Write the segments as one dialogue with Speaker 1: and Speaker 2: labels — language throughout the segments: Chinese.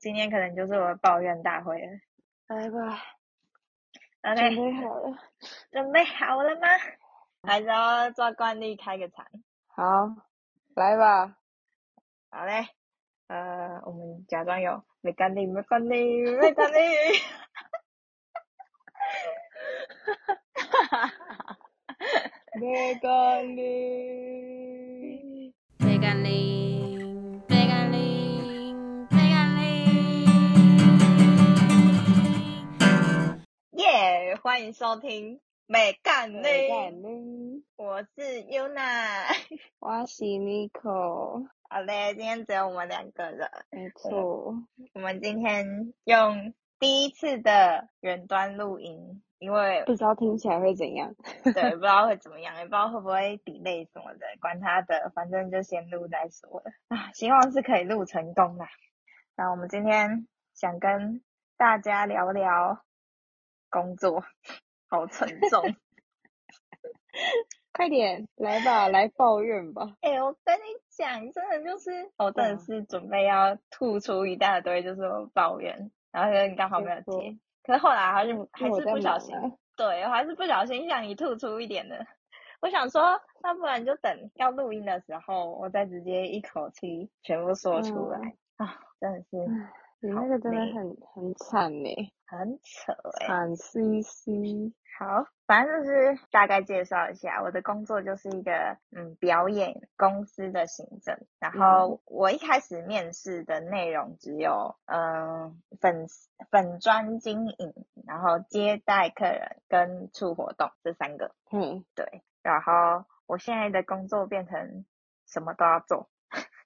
Speaker 1: 今天可能就是我的抱怨大会了。
Speaker 2: 来吧，准
Speaker 1: OK，
Speaker 2: 备好了。
Speaker 1: 准备好了吗？还是要照惯例开个场？
Speaker 2: 好，来吧。
Speaker 1: 好嘞，呃，我们假装有没干力，没干力，没干力。
Speaker 2: 没干你。
Speaker 3: 贝甘霖，贝甘霖，贝甘霖。
Speaker 1: 耶欢迎收听《没干力
Speaker 2: 没》，干你。
Speaker 1: 我是 Yuna。
Speaker 2: 我是 Nico。
Speaker 1: 好嘞，今天只有我们两个人。
Speaker 2: 没错。
Speaker 1: 我们今天用第一次的远端录音，因为
Speaker 2: 不知道听起来会怎样。
Speaker 1: 对不知道会怎么样，也不知道会不会 delay 什么的，管他的，反正就先录再说了 啊。希望是可以录成功啦。那我们今天想跟大家聊聊工作，好沉重。
Speaker 2: 快点，来吧，来抱怨吧。
Speaker 1: 哎、我跟你讲，真的就是，我真的
Speaker 2: 嗯
Speaker 1: 是准备要吐出一大堆，就是我抱怨，然后就你刚好没有
Speaker 2: 没错
Speaker 1: 接，可是后来还是还
Speaker 2: 因为我
Speaker 1: 是
Speaker 2: 在
Speaker 1: 不小
Speaker 2: 忙
Speaker 1: 心
Speaker 2: 啊
Speaker 1: 对，我还是不小心向你吐出一点的。我想说，那不然就等要录音的时候，我再直接一口气全部说出来、啊！真的是
Speaker 2: 你
Speaker 1: 好
Speaker 2: 那个真的
Speaker 1: 累
Speaker 2: 很很惨呢，
Speaker 1: 很扯哎、
Speaker 2: 惨兮兮。
Speaker 1: 好，反正就是大概介绍一下，我的工作就是一个嗯表演公司的行政。然后我一开始面试的内容只有嗯、呃粉丝粉砖经营，然后接待客人跟促活动这三个。
Speaker 2: 嗯，
Speaker 1: 对，然后我现在的工作变成什么都要做。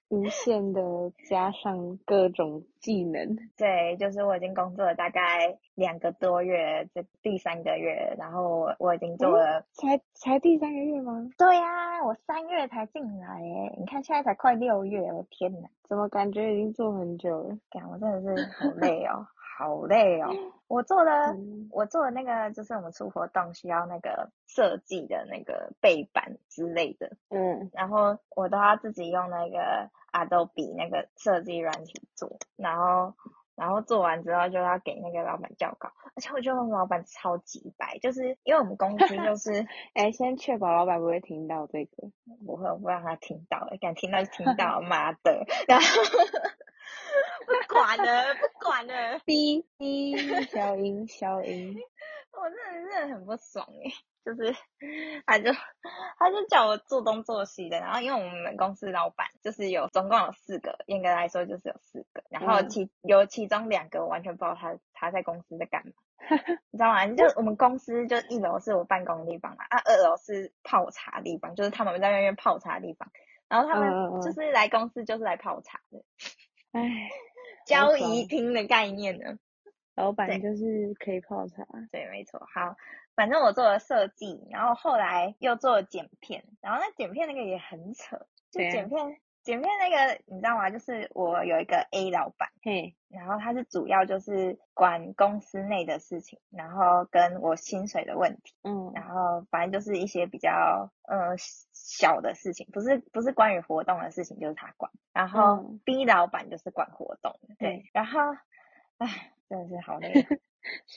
Speaker 2: 无限的加上各种技能。
Speaker 1: 对，就是我已经工作了大概两个多月，这第三个月，然后我我已经做
Speaker 2: 嗯
Speaker 1: 了
Speaker 2: 才才第三个月吗？
Speaker 1: 哦对呀、我三月才进来耶，你看现在才快六月，我天哪！
Speaker 2: 怎么感觉已经做很久了？
Speaker 1: 干，我真的是好累哦， 好累 哦。我做了，
Speaker 2: 嗯
Speaker 1: 我做的那个就是我们出活动需要那个设计的那个背板之类的，
Speaker 2: 嗯，
Speaker 1: 然后我都要自己用那个 Adobe 那个设计软体做，然后然后做完之后就要给那个老板校稿，而且我觉得我们老板超级白，就是因为我们公司 就是
Speaker 2: 哎，先确保老板不会听到这个。
Speaker 1: 不会，我不让他听到，敢听到就听到，妈的！然后不管了，不管了，
Speaker 2: 哔哔， 消音消音。嗯
Speaker 1: 我真的是很不爽哎，就是 他就他就叫我做东做西的，然后因为我们公司老板就是有总共有四个，严格来说就是有四个，然后
Speaker 2: 嗯
Speaker 1: 其、有其中两个我完全不知道他他在公司在 干嘛，你知道吗？就我们公司就一楼是我办公的地方嘛，啊二楼是泡茶的地方，就是他们在那边泡茶的地方，然后他
Speaker 2: 嗯
Speaker 1: 们
Speaker 2: 嗯嗯
Speaker 1: 就是来公司就是来泡茶的，
Speaker 2: 哎，
Speaker 1: 交
Speaker 2: 爽
Speaker 1: 易厅的概念呢。
Speaker 2: 老
Speaker 1: 对
Speaker 2: 板就是可以泡茶。
Speaker 1: 对，没错。好，反正我做了设计，然后后来又做了剪片，然后那剪片那个也很扯，就
Speaker 2: 怎样
Speaker 1: 剪片剪片那个你知道吗？就是我有一个 A 老板，
Speaker 2: 嘿，
Speaker 1: 然后他是主要就是管公司内的事情，然后跟我薪水的问题，
Speaker 2: 嗯
Speaker 1: 然后反正就是一些比较呃小的事情，不是不是关于活动的事情，就是他管。然后
Speaker 2: 嗯
Speaker 1: B 老板就是管活动的，对
Speaker 2: 嗯。
Speaker 1: 然后，唉，真的是好累哦。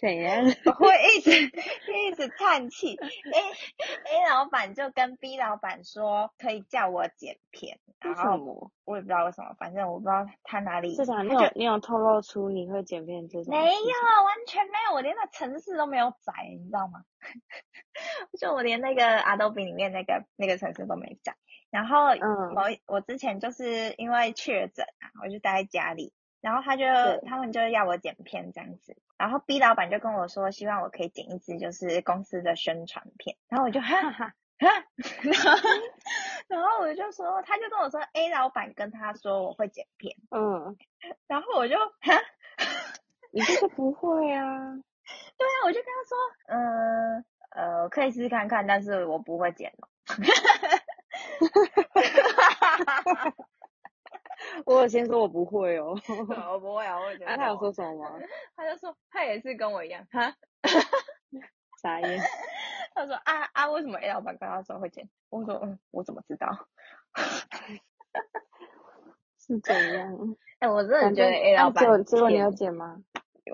Speaker 2: 怎 样？
Speaker 1: 我会一直一直叹气。A A 老板就跟 B 老板说可以叫我剪片，然
Speaker 2: 为什
Speaker 1: 后
Speaker 2: 么？
Speaker 1: 我也不知道为什么，反正我不知道他哪里
Speaker 2: 至少你
Speaker 1: 他
Speaker 2: 有
Speaker 1: 就
Speaker 2: 你有透露出你会剪片这种
Speaker 1: 没
Speaker 2: 事情
Speaker 1: 有，完全没有，我连那城市都没有载，你知道吗？ 就我连那个 Adobe 里面那个那个城市都没载。然后
Speaker 2: 嗯
Speaker 1: 我我之前就是因为确诊啊，我就待在家里，然后他就
Speaker 2: 对
Speaker 1: 他们就要我剪片这样子，然后 B 老板就跟我说，希望我可以剪一支就是公司的宣传片，然后我就 哈哈。哈，然后， 然后我就说，他就跟我说，A 老板跟他说我会剪片，
Speaker 2: 嗯，
Speaker 1: 然后我就 哈，
Speaker 2: 你就是不会啊。
Speaker 1: 对啊，我就跟他说，呃呃，可以试试看看，但是我不会剪哦。
Speaker 2: 我有先说我不会 哦。
Speaker 1: 我不会啊，我觉
Speaker 2: 啊，他有说什么吗？
Speaker 1: 他就说他也是跟我一样，哈，
Speaker 2: 傻眼。
Speaker 1: 他说啊啊，为什么 A 老板跟他说会剪？我说嗯，我怎么知道？
Speaker 2: 是怎样？
Speaker 1: 哎、我真的
Speaker 2: 反
Speaker 1: 觉
Speaker 2: 正
Speaker 1: 得 A
Speaker 2: 啊
Speaker 1: 老板
Speaker 2: 结果
Speaker 1: 骗，
Speaker 2: 结果你有剪吗？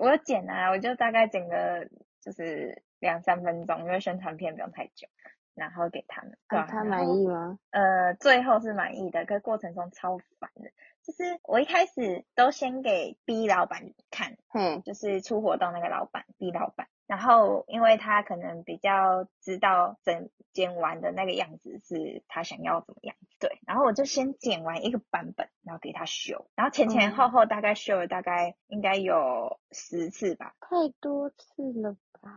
Speaker 1: 我有剪啊，我就大概剪个就是两三分钟，因为宣传片不用太久，然后给他们。对
Speaker 2: 啊
Speaker 1: 啊
Speaker 2: 他
Speaker 1: 然
Speaker 2: 满
Speaker 1: 后
Speaker 2: 意吗？
Speaker 1: 呃，最后是满意的，可是过程中超烦的。就是我一开始都先给 B 老板看，
Speaker 2: 嘿，
Speaker 1: 就是出活动那个老板 B 老板，然后因为他可能比较知道整剪完的那个样子是他想要怎么样，对，然后我就先剪完一个版本，然后给他修，然后前前
Speaker 2: 嗯
Speaker 1: 后后大概修了大概应该有十次吧，
Speaker 2: 太多次了吧？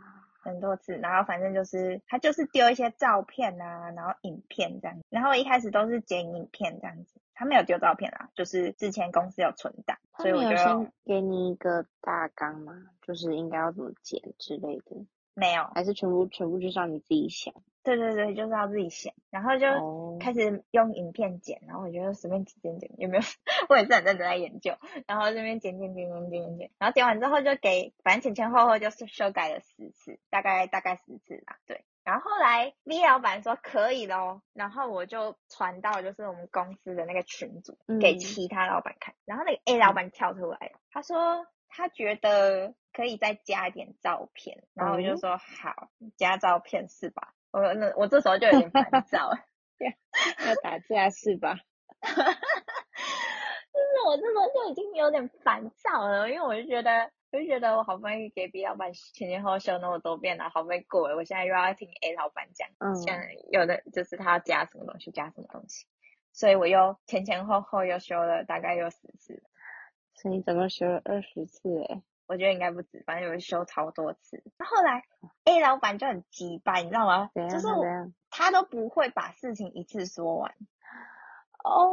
Speaker 1: 很多次，然后反正就是他就是丢一些照片啊，然后影片这样，然后一开始都是剪影片这样子，他没有丢照片啊，就是之前公司有存档，
Speaker 2: 他
Speaker 1: 所
Speaker 2: 没
Speaker 1: 以我
Speaker 2: 有
Speaker 1: 就用
Speaker 2: 先给你一个大纲吗？就是应该要怎么剪之类的，
Speaker 1: 没有，
Speaker 2: 还是全部全部就让你自己想？
Speaker 1: 对对对，就是要自己想，然后就
Speaker 2: 哦，
Speaker 1: 开始用影片剪，然后我就随便剪剪剪，有没 有？我也是很认真在研究，然后这边剪剪剪剪剪剪剪，然后剪完之后就给，反正前前后后就是修改了十次，大概大概十次吧，对。然后后来 V 老板说可以咯，然后我就传到就是我们公司的那个群组给
Speaker 2: 嗯
Speaker 1: 其他老板看，然后那个 A 老板跳出来了，他说他觉得可以再加一点照片，然后我就
Speaker 2: 哦
Speaker 1: 说好，加照片是吧？我那我这时候就有点烦躁 了，
Speaker 2: 要打架是吧？
Speaker 1: 就是我这时候就已经有点烦躁了，因为我就觉得，我就觉得我好不容易给 B 老板前前后后修那么多遍了，好不容易过了，我现在又要听 A 老板讲，
Speaker 2: 嗯，
Speaker 1: 像有的就是他要加什么东西，加什么东西，所以我又前前后后又修了大概有十次，
Speaker 2: 所以总共学了二十次哎。
Speaker 1: 我觉得应该不止，反正有修超多次。那后来 A 老板就很急吧，你知道吗？
Speaker 2: 怎样？
Speaker 1: 就是
Speaker 2: 他
Speaker 1: 我
Speaker 2: 怎样？
Speaker 1: 他都不会把事情一次说完。
Speaker 2: 哦，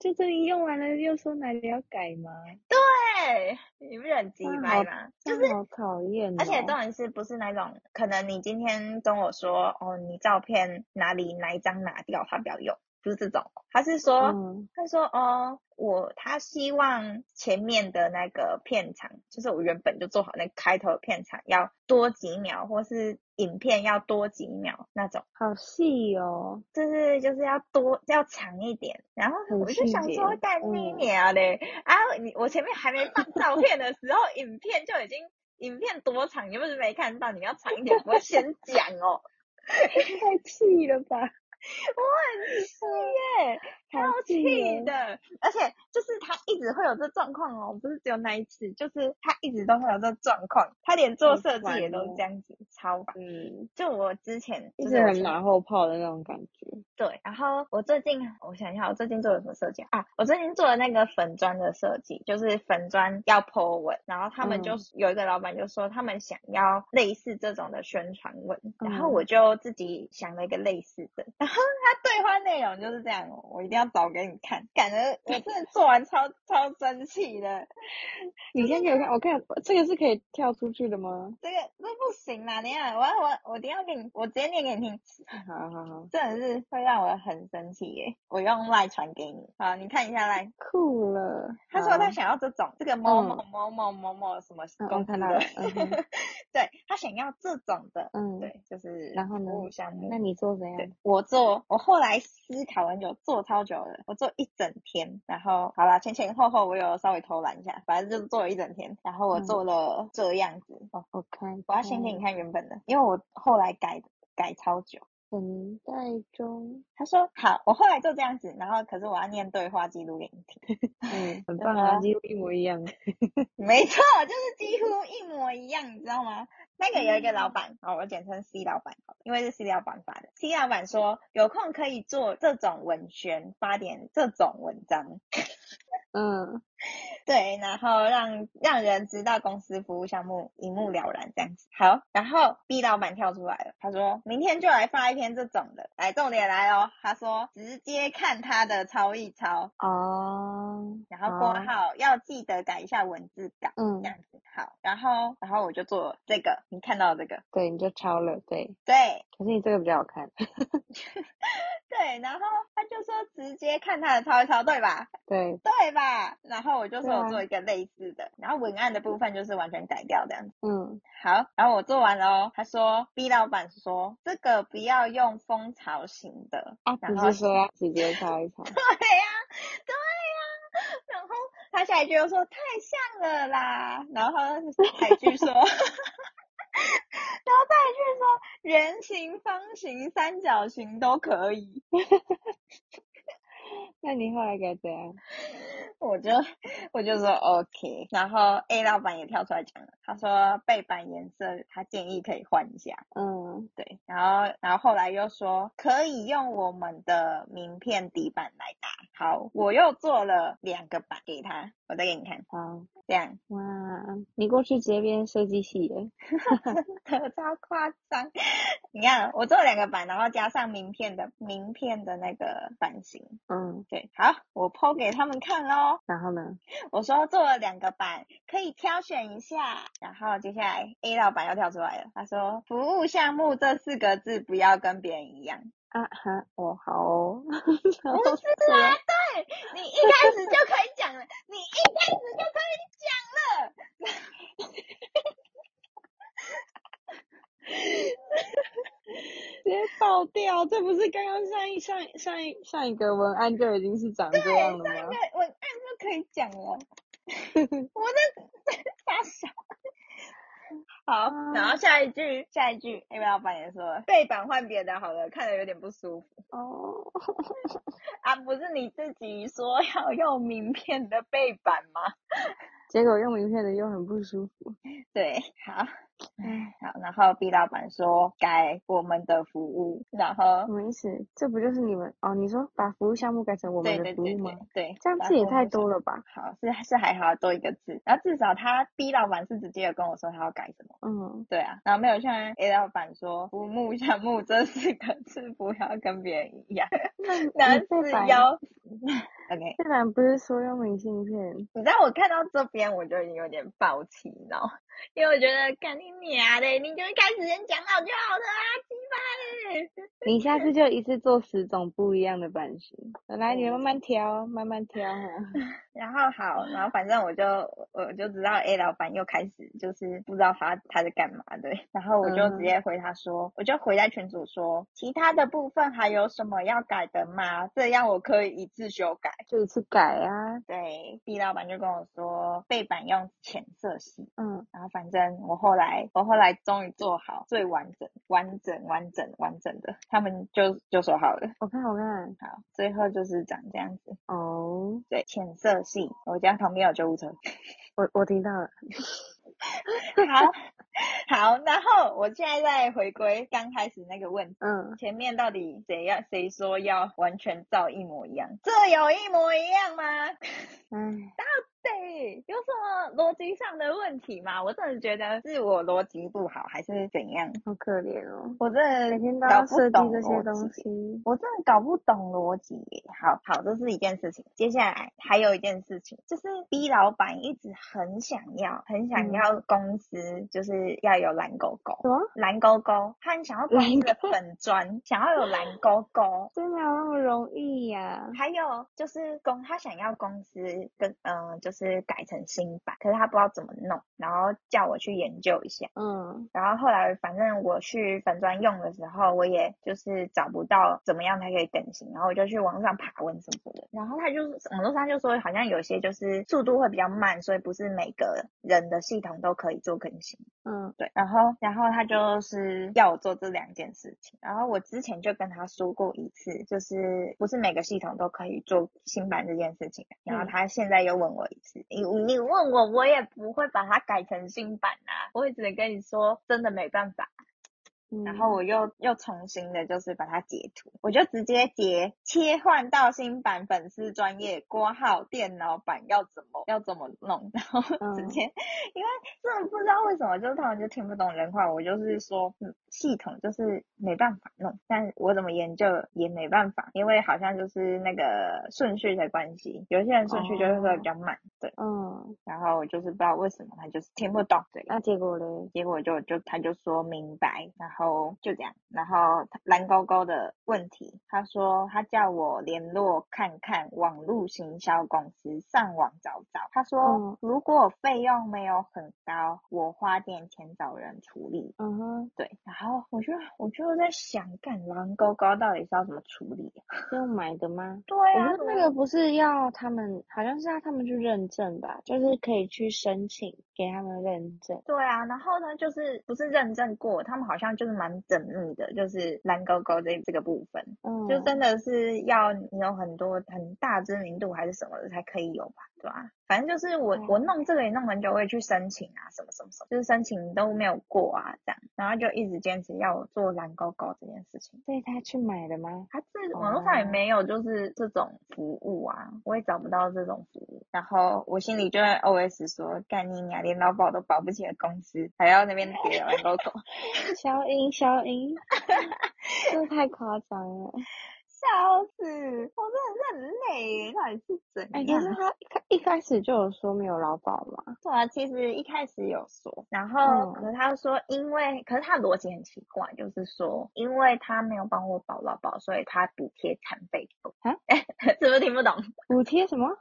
Speaker 2: 就这里用完了，又说哪里要改吗？
Speaker 1: 对，你不是很急
Speaker 2: 哇
Speaker 1: 掰
Speaker 2: 好
Speaker 1: 吗？
Speaker 2: 这样好讨厌哦。
Speaker 1: 而且重点是不是那种可能你今天跟我说哦，你照片哪里哪一张拿掉，他不要用，不是这种，他是说、
Speaker 2: 嗯
Speaker 1: 他说哦，我他希望前面的那个片场，就是我原本就做好那个开头的片场要多几秒，或是影片要多几秒那种，
Speaker 2: 好细哦，
Speaker 1: 就是就是要多要长一点。然后
Speaker 2: 很
Speaker 1: 我就
Speaker 2: 细
Speaker 1: 想
Speaker 2: 节
Speaker 1: 说，干你
Speaker 2: 嗯
Speaker 1: 娘嘞！啊，你我前面还没放照片的时候，影片就已经影片多长，你不是没看到？你要长一点，不会 先讲哦。
Speaker 2: 太气了吧？
Speaker 1: 是耶，
Speaker 2: 好
Speaker 1: 超气
Speaker 2: 哦
Speaker 1: 的！而且就是他一直会有这状况哦，不是只有那一次，就是他一直都会有这状况，他连做
Speaker 2: 好
Speaker 1: 设计
Speaker 2: 烦
Speaker 1: 也都
Speaker 2: 哦
Speaker 1: 是这样子，超烦。
Speaker 2: 嗯，
Speaker 1: 就我之前
Speaker 2: 一
Speaker 1: 就是
Speaker 2: 直
Speaker 1: 我
Speaker 2: 很
Speaker 1: 前
Speaker 2: 马后炮的那种感觉。
Speaker 1: 对，然后我最近我想一下，我最近做了什么设计啊？啊我最近做了那个粉砖的设计，就是粉砖要 po 文，然后他们就、
Speaker 2: 嗯
Speaker 1: 有一个老板就说他们想要类似这种的宣传文，然后
Speaker 2: 嗯
Speaker 1: 我就自己想了一个类似的，然后他对话内容就是这样哦，我一定要找给你看，感觉我真的做完超超争气的，
Speaker 2: 你先给我看，我看这个是可以跳出去的吗？
Speaker 1: 这个这不行啦，你看我要我要我一定要给你，我直接念给你听，
Speaker 2: 好好好，
Speaker 1: 真的是会让我很生气耶，我用赖传给你，好，你看一下赖。
Speaker 2: 酷了。
Speaker 1: 他说他
Speaker 2: 好
Speaker 1: 想要这种，这个某
Speaker 2: 嗯
Speaker 1: 某某某某某什么
Speaker 2: 嗯，
Speaker 1: 公
Speaker 2: 我
Speaker 1: 司
Speaker 2: 看到了
Speaker 1: 的，，
Speaker 2: 嗯哼
Speaker 1: 对他想要这种的，
Speaker 2: 嗯，。
Speaker 1: 对，就是
Speaker 2: 然后呢
Speaker 1: 服务项目
Speaker 2: 那。你做怎
Speaker 1: 对
Speaker 2: 样？，
Speaker 1: 我做，我后来思考很久，做超久了，我做一整天，然后好啦，前前后后我有稍微偷懒一下，反正就是做了一整天，然后我
Speaker 2: 嗯哦
Speaker 1: 做了这样子，哦，
Speaker 2: 我看，
Speaker 1: 我要先给你，看原本的，因为我后来改改超久。
Speaker 2: 等待 中，
Speaker 1: 他说好，我后来做这样子，然后可是我要念对话记录给你听。
Speaker 2: 嗯，很
Speaker 1: 真
Speaker 2: 棒
Speaker 1: 的
Speaker 2: 啊，几乎一模一样。
Speaker 1: 没错，就是几乎一模一样，你知道吗？那个有一个老板，哦，我简称 C 老板好了，因为是 C 老板发的。C 老板说有空可以做这种文宣，发点这种文章，
Speaker 2: 嗯，
Speaker 1: 对，然后让让人知道公司服务项目一目了然这样子。好，然后 B 老板跳出来了，他说明天就来发一篇这种的，来重点来哦，他说直接看他的抄一抄，
Speaker 2: 哦，
Speaker 1: 然后括
Speaker 2: 好
Speaker 1: 号要记得改一下文字稿。
Speaker 2: 嗯
Speaker 1: 这，样子好，然后然后我就做这个，你看到这个，
Speaker 2: 对，你就抄了，对。
Speaker 1: 对
Speaker 2: 可是你这个比较 好看，
Speaker 1: 对，然后他就说直接看他的抄一抄，对吧？
Speaker 2: 对，
Speaker 1: 对吧？然后我就说
Speaker 2: 对
Speaker 1: 我
Speaker 2: 啊
Speaker 1: 做一个类似的，然后文案的部分就是完全改掉这样子。
Speaker 2: 嗯，
Speaker 1: 好，然后我做完了哦，他说 B 老板说这个不要用蜂巢型的，
Speaker 2: 啊，
Speaker 1: 然
Speaker 2: 你
Speaker 1: 后
Speaker 2: 是说要直接抄一抄？
Speaker 1: 对呀、对呀、他下一句又说太像了啦，然后下一句说， 然后下一句说圆形、方形、三角形都可以，
Speaker 2: 那你后来该怎样？
Speaker 1: 我就我就说 OK，然后 A 老板也跳出来讲了，他说背板颜色他建议可以换一下，
Speaker 2: 嗯，
Speaker 1: 对，然后然后后来又说可以用我们的名片底板来打。好，我又做了两个版给他，我再给你看，
Speaker 2: 好，
Speaker 1: 这样
Speaker 2: 哇，你过去街边设计系耶，
Speaker 1: 超夸张。你看，我做了两个版，然后加上名片的名片的那个版型。
Speaker 2: 嗯，
Speaker 1: 对，好，我抛给他们看喽。
Speaker 2: 然后呢？
Speaker 1: 我说做了两个版，可以挑选一下。然后接下来 A 老板又跳出来了，他说服务项目这四个字不要跟别人一样。
Speaker 2: 啊哈，哦好哦， 然
Speaker 1: 不
Speaker 2: 后
Speaker 1: 是啊，对你一开始就可以讲了，你一开始就可以讲了。
Speaker 2: 直接爆掉，这不是刚刚上一上一上一上一个文案就已经是长这样了吗？
Speaker 1: 对，我按就可以 讲了。我 在傻笑。好，然后下一句，嗯下一句，A 老板也说背板换别的好了，看着有点不舒服
Speaker 2: 哦，
Speaker 1: 啊。不是你自己说要用名片的背板吗？
Speaker 2: 结果用名片的又很不舒服，
Speaker 1: 对，好，唉好。然后 B 老板说改我们的服务，然后
Speaker 2: 什么意思？这不就是你们哦？你说把服务项目改成我
Speaker 1: 对
Speaker 2: 们
Speaker 1: 对
Speaker 2: 的服
Speaker 1: 对
Speaker 2: 务吗？
Speaker 1: 对对，
Speaker 2: 这样
Speaker 1: 把
Speaker 2: 字也
Speaker 1: 服务
Speaker 2: 太
Speaker 1: 项
Speaker 2: 多了吧？
Speaker 1: 好，是是还好多一个字，然后至少他 B 老板是直接有跟我说他要改什么，
Speaker 2: 嗯，
Speaker 1: 对啊，然后没有像 A 老板说“不木项目”这四个字不要跟别人一样，
Speaker 2: 那
Speaker 1: 男
Speaker 2: 你
Speaker 1: 子
Speaker 2: 背板
Speaker 1: 腰。OK，
Speaker 2: 自然不是说用明信 片，
Speaker 1: 你知道我看到这边我就已经有点暴气，你知道吗？因为我觉得干你娘的，你就一开始先讲好就好了啊，鸡巴嘞！
Speaker 2: 你下次就一次做十种不一样的版型。来，你们慢慢挑，慢慢挑哈。
Speaker 1: 然后好，然后反正我就我就知道 A 老板又开始就是不知道他他在干嘛对，然后我就直接回他说，我就回在群主说，其他的部分还有什么要改的吗？这样我可以一次修改。
Speaker 2: 就一次改啊。
Speaker 1: 对，B 老板就跟我说背板用浅色系，
Speaker 2: 嗯，
Speaker 1: 然后反正我后来我后来终于做好最完整完整完整完整的，他们就就说好了，
Speaker 2: 我看，我看，
Speaker 1: 好，最后就是长这样子，
Speaker 2: 哦，
Speaker 1: 对，浅色系，我家旁边有救护车。
Speaker 2: 我我听到了，
Speaker 1: 好， 好，然后我现在再回归刚开始那个问题，
Speaker 2: 嗯，
Speaker 1: 前面到底谁要谁说要完全照一模一样？这有一模一样吗？
Speaker 2: 唉，
Speaker 1: 对，有什么逻辑上的问题吗？我真的觉得是我逻辑不好，还是怎样？
Speaker 2: 好可怜哦，
Speaker 1: 我真
Speaker 2: 每
Speaker 1: 的
Speaker 2: 天都
Speaker 1: 搞
Speaker 2: 要
Speaker 1: 不
Speaker 2: 设计
Speaker 1: 懂
Speaker 2: 这些
Speaker 1: 逻
Speaker 2: 东
Speaker 1: 辑
Speaker 2: 西。
Speaker 1: 我真的搞不懂逻辑耶。好好，这是一件事情。接下来还有一件事情，就是 B 老板一直很想要，很想
Speaker 2: 嗯
Speaker 1: 要公司就是要有蓝勾勾。
Speaker 2: 什么？
Speaker 1: 蓝勾勾，他很想要公司的粉砖，想要有蓝勾勾。
Speaker 2: 真的有那么容易呀、
Speaker 1: 还有就是公，他想要公司跟嗯、呃就是改成新版，可是他不知道怎么弄，然后叫我去研究一下。
Speaker 2: 嗯，
Speaker 1: 然后后来反正我去粉砖用的时候，我也就是找不到怎么样才可以更新，然后我就去网上爬文什么的。然后他就是网络上就说，好像有些就是速度会比较慢，所以不是每个人的系统都可以做更新。
Speaker 2: 嗯，
Speaker 1: 对，然后然后他就是要我做这两件事情，然后我之前就跟他说过一次，就是不是每个系统都可以做新版这件事情，然后
Speaker 2: 嗯
Speaker 1: 他现在又问我一次，你你问我，我也不会把它改成新版啊，我也只能跟你说，真的没办法。
Speaker 2: 嗯
Speaker 1: 然后我又又重新的，就是把它截图，我就直接截切换到新版粉丝专业挂号电脑版要怎么要怎么弄，然后直
Speaker 2: 嗯
Speaker 1: 接，因为真的不知道为什么，就是他们就听不懂人话，我就是说、嗯、系统就是没办法弄，但我怎么研究也没办法，因为好像就是那个顺序的关系，有些人顺序就是
Speaker 2: 哦
Speaker 1: 会比较慢，对，
Speaker 2: 嗯，
Speaker 1: 然后我就是不知道为什么他就是听不懂，对。
Speaker 2: 那结果嘞？
Speaker 1: 结果就就他就说明白，然后就这样，然后他蓝勾勾的问题，他说他叫我联络看看网络行销公司，上网找找。他说
Speaker 2: 嗯
Speaker 1: 如果费用没有很高，我花点钱找人处理。
Speaker 2: 嗯哼，
Speaker 1: 对，然后我就我就在想，干狼狗狗到底是要怎么处理？啊
Speaker 2: 是用买的吗？
Speaker 1: 对
Speaker 2: 我
Speaker 1: 啊，
Speaker 2: 们那个不是要他们，好像是要他们去认证吧，就是可以去申请给他们认证。
Speaker 1: 对啊，然后呢，就是不是认证过，他们好像就是蛮缜密的，就是蓝勾勾这这个部分，
Speaker 2: 嗯，
Speaker 1: 就真的是要你有很多很大知名度还是什么的才可以有吧，对吧、反正就是我我弄这个也弄很久，我也去申请啊，什么什么什么，就是申请都没有过啊，这样，然后就一直坚持要我做蓝勾勾这件事情。
Speaker 2: 所以他去买的吗？
Speaker 1: 他这网络上也
Speaker 2: 哦
Speaker 1: 没有就是这种服务啊，我也找不到这种服务。然后我心里就在 OS 说：“干你娘，连劳保都保不起的公司，还要那边叠人狗狗，
Speaker 2: 小英，小英，这太夸张 了。
Speaker 1: 笑死！我真的是很累耶，到底是怎
Speaker 2: 哎、可
Speaker 1: 样？”啊
Speaker 2: 是他一开一开始就有说没有劳保嘛，
Speaker 1: 对啊，其实一开始有说，然后、
Speaker 2: 嗯
Speaker 1: 可是他说，因为可是他的逻辑很奇怪，就是说，因为他没有帮我保劳保，所以他补贴残废给我。
Speaker 2: 啊
Speaker 1: 是不是听不懂？
Speaker 2: 补贴什么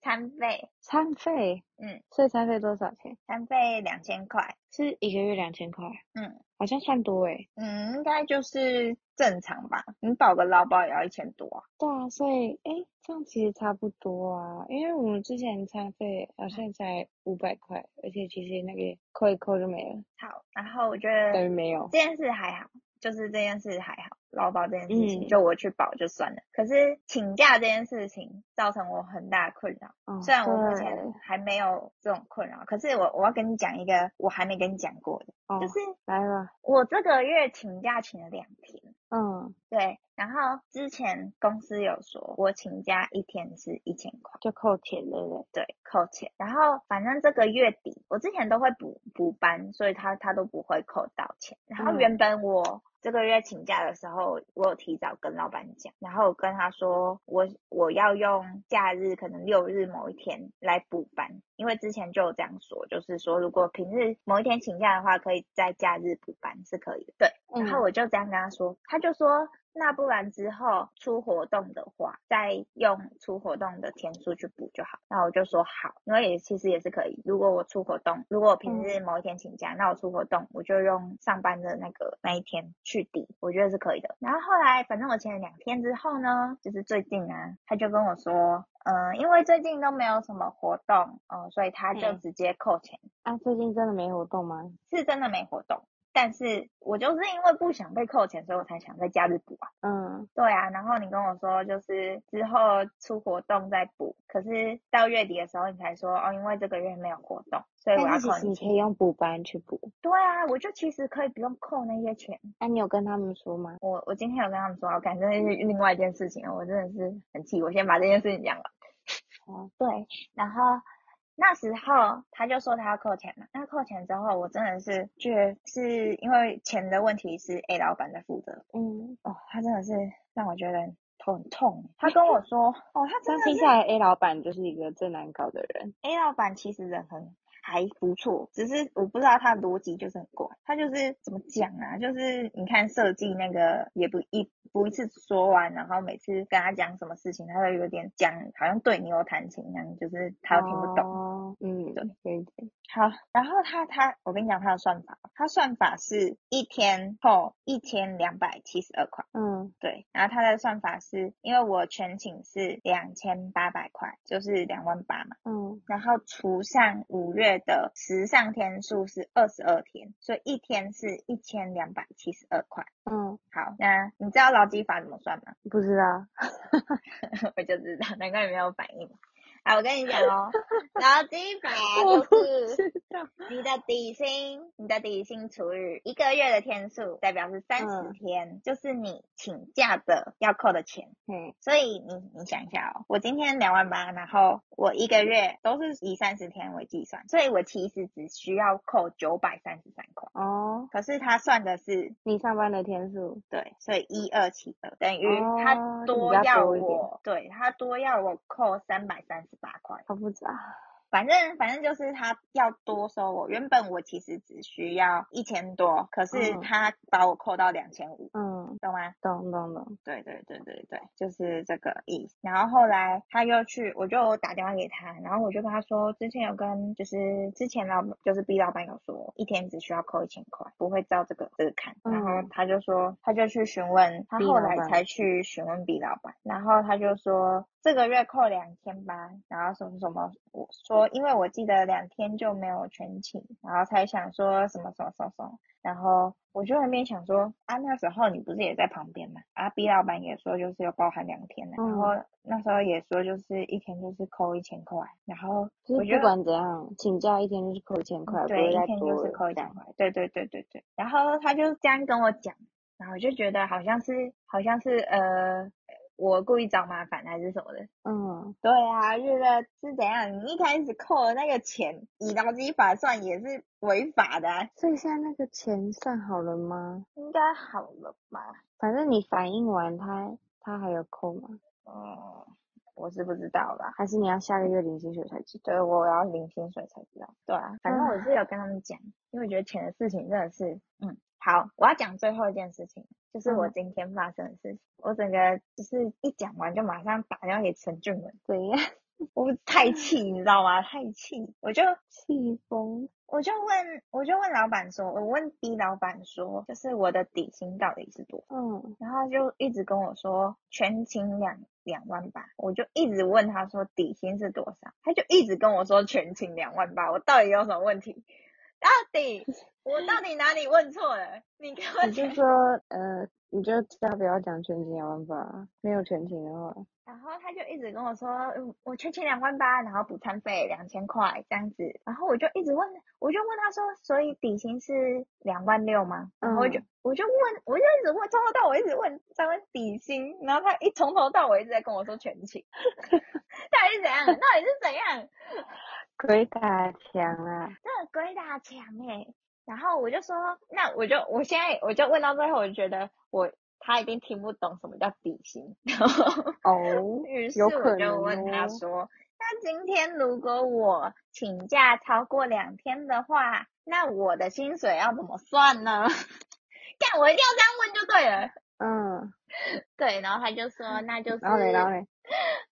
Speaker 1: 残废，
Speaker 2: 餐费？
Speaker 1: 嗯，
Speaker 2: 所以餐费多少钱？
Speaker 1: 残废两千块，
Speaker 2: 是一个月两千块。
Speaker 1: 嗯，
Speaker 2: 好像算多诶、
Speaker 1: 嗯，应该就是正常吧。你保个劳保也要一千多啊。
Speaker 2: 对啊，所以诶、这样其实差不多啊，因为我们之前餐费好像才五百块，而且其实那个扣一扣就没了，
Speaker 1: 好，然后我觉
Speaker 2: 等于
Speaker 1: 得
Speaker 2: 没有
Speaker 1: 这。件事还好，就是这件事还好，劳保这件事情、
Speaker 2: 嗯
Speaker 1: 就我去保就算了。可是请假这件事情造成我很大的困扰，
Speaker 2: 哦
Speaker 1: 虽然我目
Speaker 2: 对
Speaker 1: 前还没有这种困扰，可是我我要跟你讲一个我还没跟你讲过的，
Speaker 2: 哦
Speaker 1: 就是
Speaker 2: 来吧，
Speaker 1: 我这个月请假请了两天。
Speaker 2: 嗯，
Speaker 1: 对，然后之前公司有说，我请假一天是一千块。
Speaker 2: 就扣钱对不对？
Speaker 1: 对，扣钱。然后反正这个月底，我之前都会补补班，所以他他都不会扣到钱。然后
Speaker 2: 嗯
Speaker 1: 原本我这个月请假的时候，我有提早跟老板讲，然后我跟他说我我要用假日，可能六日某一天来补班，因为之前就有这样说，就是说如果平日某一天请假的话，可以在假日补班是可以的。对，然后
Speaker 2: 嗯
Speaker 1: 我就这样跟他说，他就说，那不然之后出活动的话，再用出活动的天数去补就好。那我就说好，因为也其实也是可以。如果我出活动，如果我平日某一天请假，那我出活动我就用上班的那个那一天去抵，我觉得是可以的。然后后来反正我请了两天之后呢，就是最近啊，他就跟我说。嗯，因为最近都没有什么活动，嗯，所以他就
Speaker 2: 嗯
Speaker 1: 直接扣钱，
Speaker 2: 啊，最近真的没活动吗？
Speaker 1: 是真的没活动。但是我就是因为不想被扣钱，所以我才想在假日补啊。
Speaker 2: 嗯，
Speaker 1: 对啊，然后你跟我说就是之后出活动再补，可是到月底的时候你才说哦，因为这个月没有活动，所以我要
Speaker 2: 但是其
Speaker 1: 扣
Speaker 2: 实
Speaker 1: 你
Speaker 2: 你可
Speaker 1: 钱。
Speaker 2: 以用补班去补。
Speaker 1: 对啊，我就其实可以不用扣那些钱。
Speaker 2: 那、你有跟他们说吗？
Speaker 1: 我我今天有跟他们说，我感觉是另外一件事情，我真的是很气。我先把这件事情讲完。
Speaker 2: 哦，
Speaker 1: 对，然后那时候他就说他要扣钱嘛，那扣钱之后，我真的是觉得是因为钱的问题是 A 老板在负责，
Speaker 2: 嗯，
Speaker 1: 哦，他真的是让我觉得头很痛。欸他跟我说，哦，他
Speaker 2: 这
Speaker 1: 真
Speaker 2: 样
Speaker 1: 的
Speaker 2: 听
Speaker 1: 是
Speaker 2: 下来，A 老板就是一个最难搞的人。
Speaker 1: A 老板其实人很还不错，只是我不知道他的逻辑就是很怪，他就是怎么讲啊？就是你看设计那个也不一不一次说完，然后每次跟他讲什么事情，他都有点讲好像对牛弹琴一样，就是他都听不懂。
Speaker 2: 哦、嗯，
Speaker 1: 对，
Speaker 2: 有一点。
Speaker 1: 好，然后他他，我跟你讲他的算法，他算法是一天后一千两百七十二块，
Speaker 2: 嗯，
Speaker 1: 对，然后他的算法是因为我全请是两千八百块，就是两万八嘛，
Speaker 2: 嗯，
Speaker 1: 然后除上五月的时尚天数是二十二天，所以一天是一千两百七十二块。
Speaker 2: 嗯，
Speaker 1: 好，那你知道劳基法怎么算吗？
Speaker 2: 不知道。
Speaker 1: 我就知道，难怪你没有反应。啊，我跟你讲哦，劳基法
Speaker 2: 我不
Speaker 1: 就是
Speaker 2: 知道。
Speaker 1: 你的底薪，你的底薪除以一个月的天数，代表是三十
Speaker 2: 嗯
Speaker 1: 天，就是你请假的要扣的钱。
Speaker 2: 嘿，
Speaker 1: 所以你你想一下哦，我今天两万八，然后我一个月都是以三十天为计算，所以我其实只需要扣九百三十三块。
Speaker 2: 哦，
Speaker 1: 可是他算的是
Speaker 2: 你上班的天数，
Speaker 1: 对，所以一二七二等于嗯他
Speaker 2: 哦就比
Speaker 1: 多
Speaker 2: 较
Speaker 1: 要
Speaker 2: 多一点
Speaker 1: 我，对他多要我扣三百三十八块。
Speaker 2: 好复杂。
Speaker 1: 反正反正就是他要多收我，原本我其实只需要一千多，可是
Speaker 2: 嗯
Speaker 1: 他把我扣到两千五，
Speaker 2: 嗯，
Speaker 1: 懂吗？
Speaker 2: 懂懂懂，
Speaker 1: 对对对对对，就是这个意思。然后后来他又去，我就打电话给他，然后我就跟他说，之前有跟就是之前老就是 B 老板有说，一天只需要扣一千块，不会照这个这个看。然后
Speaker 2: 嗯
Speaker 1: 他就说，他就去询问，他
Speaker 2: B
Speaker 1: 后
Speaker 2: 老
Speaker 1: 来
Speaker 2: 板
Speaker 1: 才去询问 B 老板，然后他就说。这个月扣两天吧，然后什么什么，我说因为我记得两天就没有全勤，然后才想说什么什么什么什么，然后我就在那边想说，啊，那时候你不是也在旁边嘛？啊，B 老板也说就是要包含两天的、然
Speaker 2: 嗯
Speaker 1: 后那时候也说就是一天就是扣一千块，然后
Speaker 2: 就
Speaker 1: 我
Speaker 2: 是
Speaker 1: 觉得。
Speaker 2: 不管怎样，请假一天就是扣一千块，不
Speaker 1: 对，
Speaker 2: 会
Speaker 1: 一
Speaker 2: 再
Speaker 1: 天
Speaker 2: 多
Speaker 1: 就是扣一
Speaker 2: 这
Speaker 1: 千
Speaker 2: 样
Speaker 1: 块，对对对对对。然后他就这样跟我讲，然后我就觉得好像是好像是呃我故意找麻烦还是什么的，
Speaker 2: 嗯，
Speaker 1: 对啊，觉得是怎样？你一开始扣的那个钱，以劳基法算也是违法的啊、
Speaker 2: 所以现在那个钱算好了吗？
Speaker 1: 应该好了吧？
Speaker 2: 反正你反映完他，他还有扣吗？
Speaker 1: 嗯，我是不知道啦。
Speaker 2: 还是你要下个月领薪水才知道？
Speaker 1: 对，我要领薪水才知道。对啊，反正我
Speaker 2: 唉
Speaker 1: 是有跟他们讲，因为我觉得钱的事情真的是，嗯，好，我要讲最后一件事情，就是我
Speaker 2: 嗯
Speaker 1: 今天发生的事情。我整个就是一讲完就马上打电话给陈俊文，
Speaker 2: 怎样？
Speaker 1: 我太气，你知道吗？太气，我就
Speaker 2: 气疯？
Speaker 1: 我就问，我就问老板说，我问 B 老板说，就是我的底薪到底是多少？
Speaker 2: 嗯，
Speaker 1: 然后他就一直跟我说全勤两两万八，我就一直问他说底薪是多少，他就一直跟我说全勤两万八，我到底有什么问题？到底我到底哪里问错了？你给我
Speaker 2: 你就
Speaker 1: 讲。
Speaker 2: 说呃，你就叫他不要讲全勤两万八，没有全勤的话，
Speaker 1: 然后他就一直跟我说，嗯我全勤两万八，然后补餐费两千块这样子。然后我就一直问，我就问他说，所以底薪是两万六吗？然后我就
Speaker 2: 嗯
Speaker 1: 我就问，我就一直问，从头到尾一直问，在问底薪。然后他一从头到尾一直在跟我说全勤， 到底是怎样？到底是怎样？
Speaker 2: 鬼打墙啊！
Speaker 1: 真的鬼打墙哎、然后我就说，那我就我现在我就问到最后，我就觉得我他一定听不懂什么叫底薪， 然后。
Speaker 2: 哦，
Speaker 1: 于是
Speaker 2: 有
Speaker 1: 我
Speaker 2: 可
Speaker 1: 就
Speaker 2: 能
Speaker 1: 问他
Speaker 2: 哦
Speaker 1: 说：“那今天如果我请假超过两天的话，那我的薪水要怎么算呢？” 干，我一定要这样问就对了。
Speaker 2: 嗯，
Speaker 1: 对，然后他就说：“那就是。”
Speaker 2: 然后嘞，然后嘞，
Speaker 1: 嗯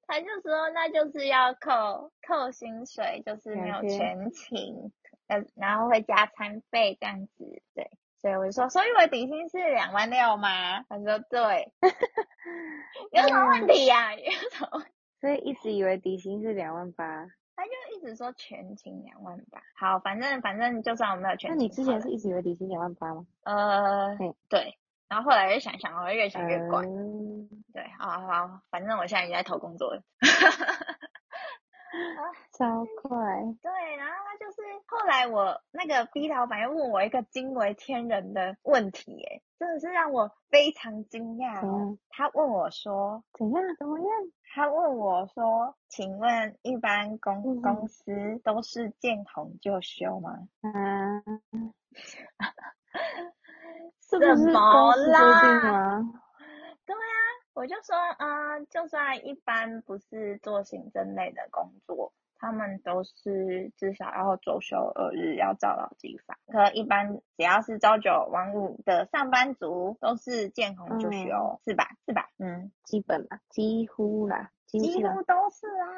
Speaker 1: 他就说那就是要扣扣薪水，就是没
Speaker 2: 两
Speaker 1: 有
Speaker 2: 天
Speaker 1: 全勤，呃，然后会加餐费这样子，对。所以我就说，所以我的底薪是两万六吗？他说 对。有什么问题呀、 有什么问题？
Speaker 2: 所以一直以为底薪是两万八，
Speaker 1: 他就一直说全勤两万八。好，反正反正就算我没有全
Speaker 2: 那
Speaker 1: 勤好了，
Speaker 2: 你之前是一直以为底薪两万八吗？
Speaker 1: 呃
Speaker 2: 嗯
Speaker 1: 对，然后后来越想想，我越想越怪。
Speaker 2: 嗯
Speaker 1: 对，好好好，反正我现在已经在投工作了。
Speaker 2: 超快，
Speaker 1: 对，然后他就是后来我那个 B 老板又问我一个惊为天人的问题、耶，真的是让我非常惊讶
Speaker 2: 怎
Speaker 1: 哦
Speaker 2: 样。
Speaker 1: 他问我说，
Speaker 2: 怎样？怎么样？
Speaker 1: 他问我说，请问一般公
Speaker 2: 嗯
Speaker 1: 公司都是见红就休吗？
Speaker 2: 啊，
Speaker 1: 什
Speaker 2: 这不是公司规定
Speaker 1: 啦？
Speaker 2: 吗？
Speaker 1: 我就说，啊、就算一般不是做行政类的工作。他们都是至少要周休二日，要照劳基法。可一般只要是朝九晚五的上班族，都是见红就休，
Speaker 2: 嗯
Speaker 1: 是吧？是吧？嗯，
Speaker 2: 基本啦，几乎啦，几乎
Speaker 1: 几
Speaker 2: 啦
Speaker 1: 乎都是啊。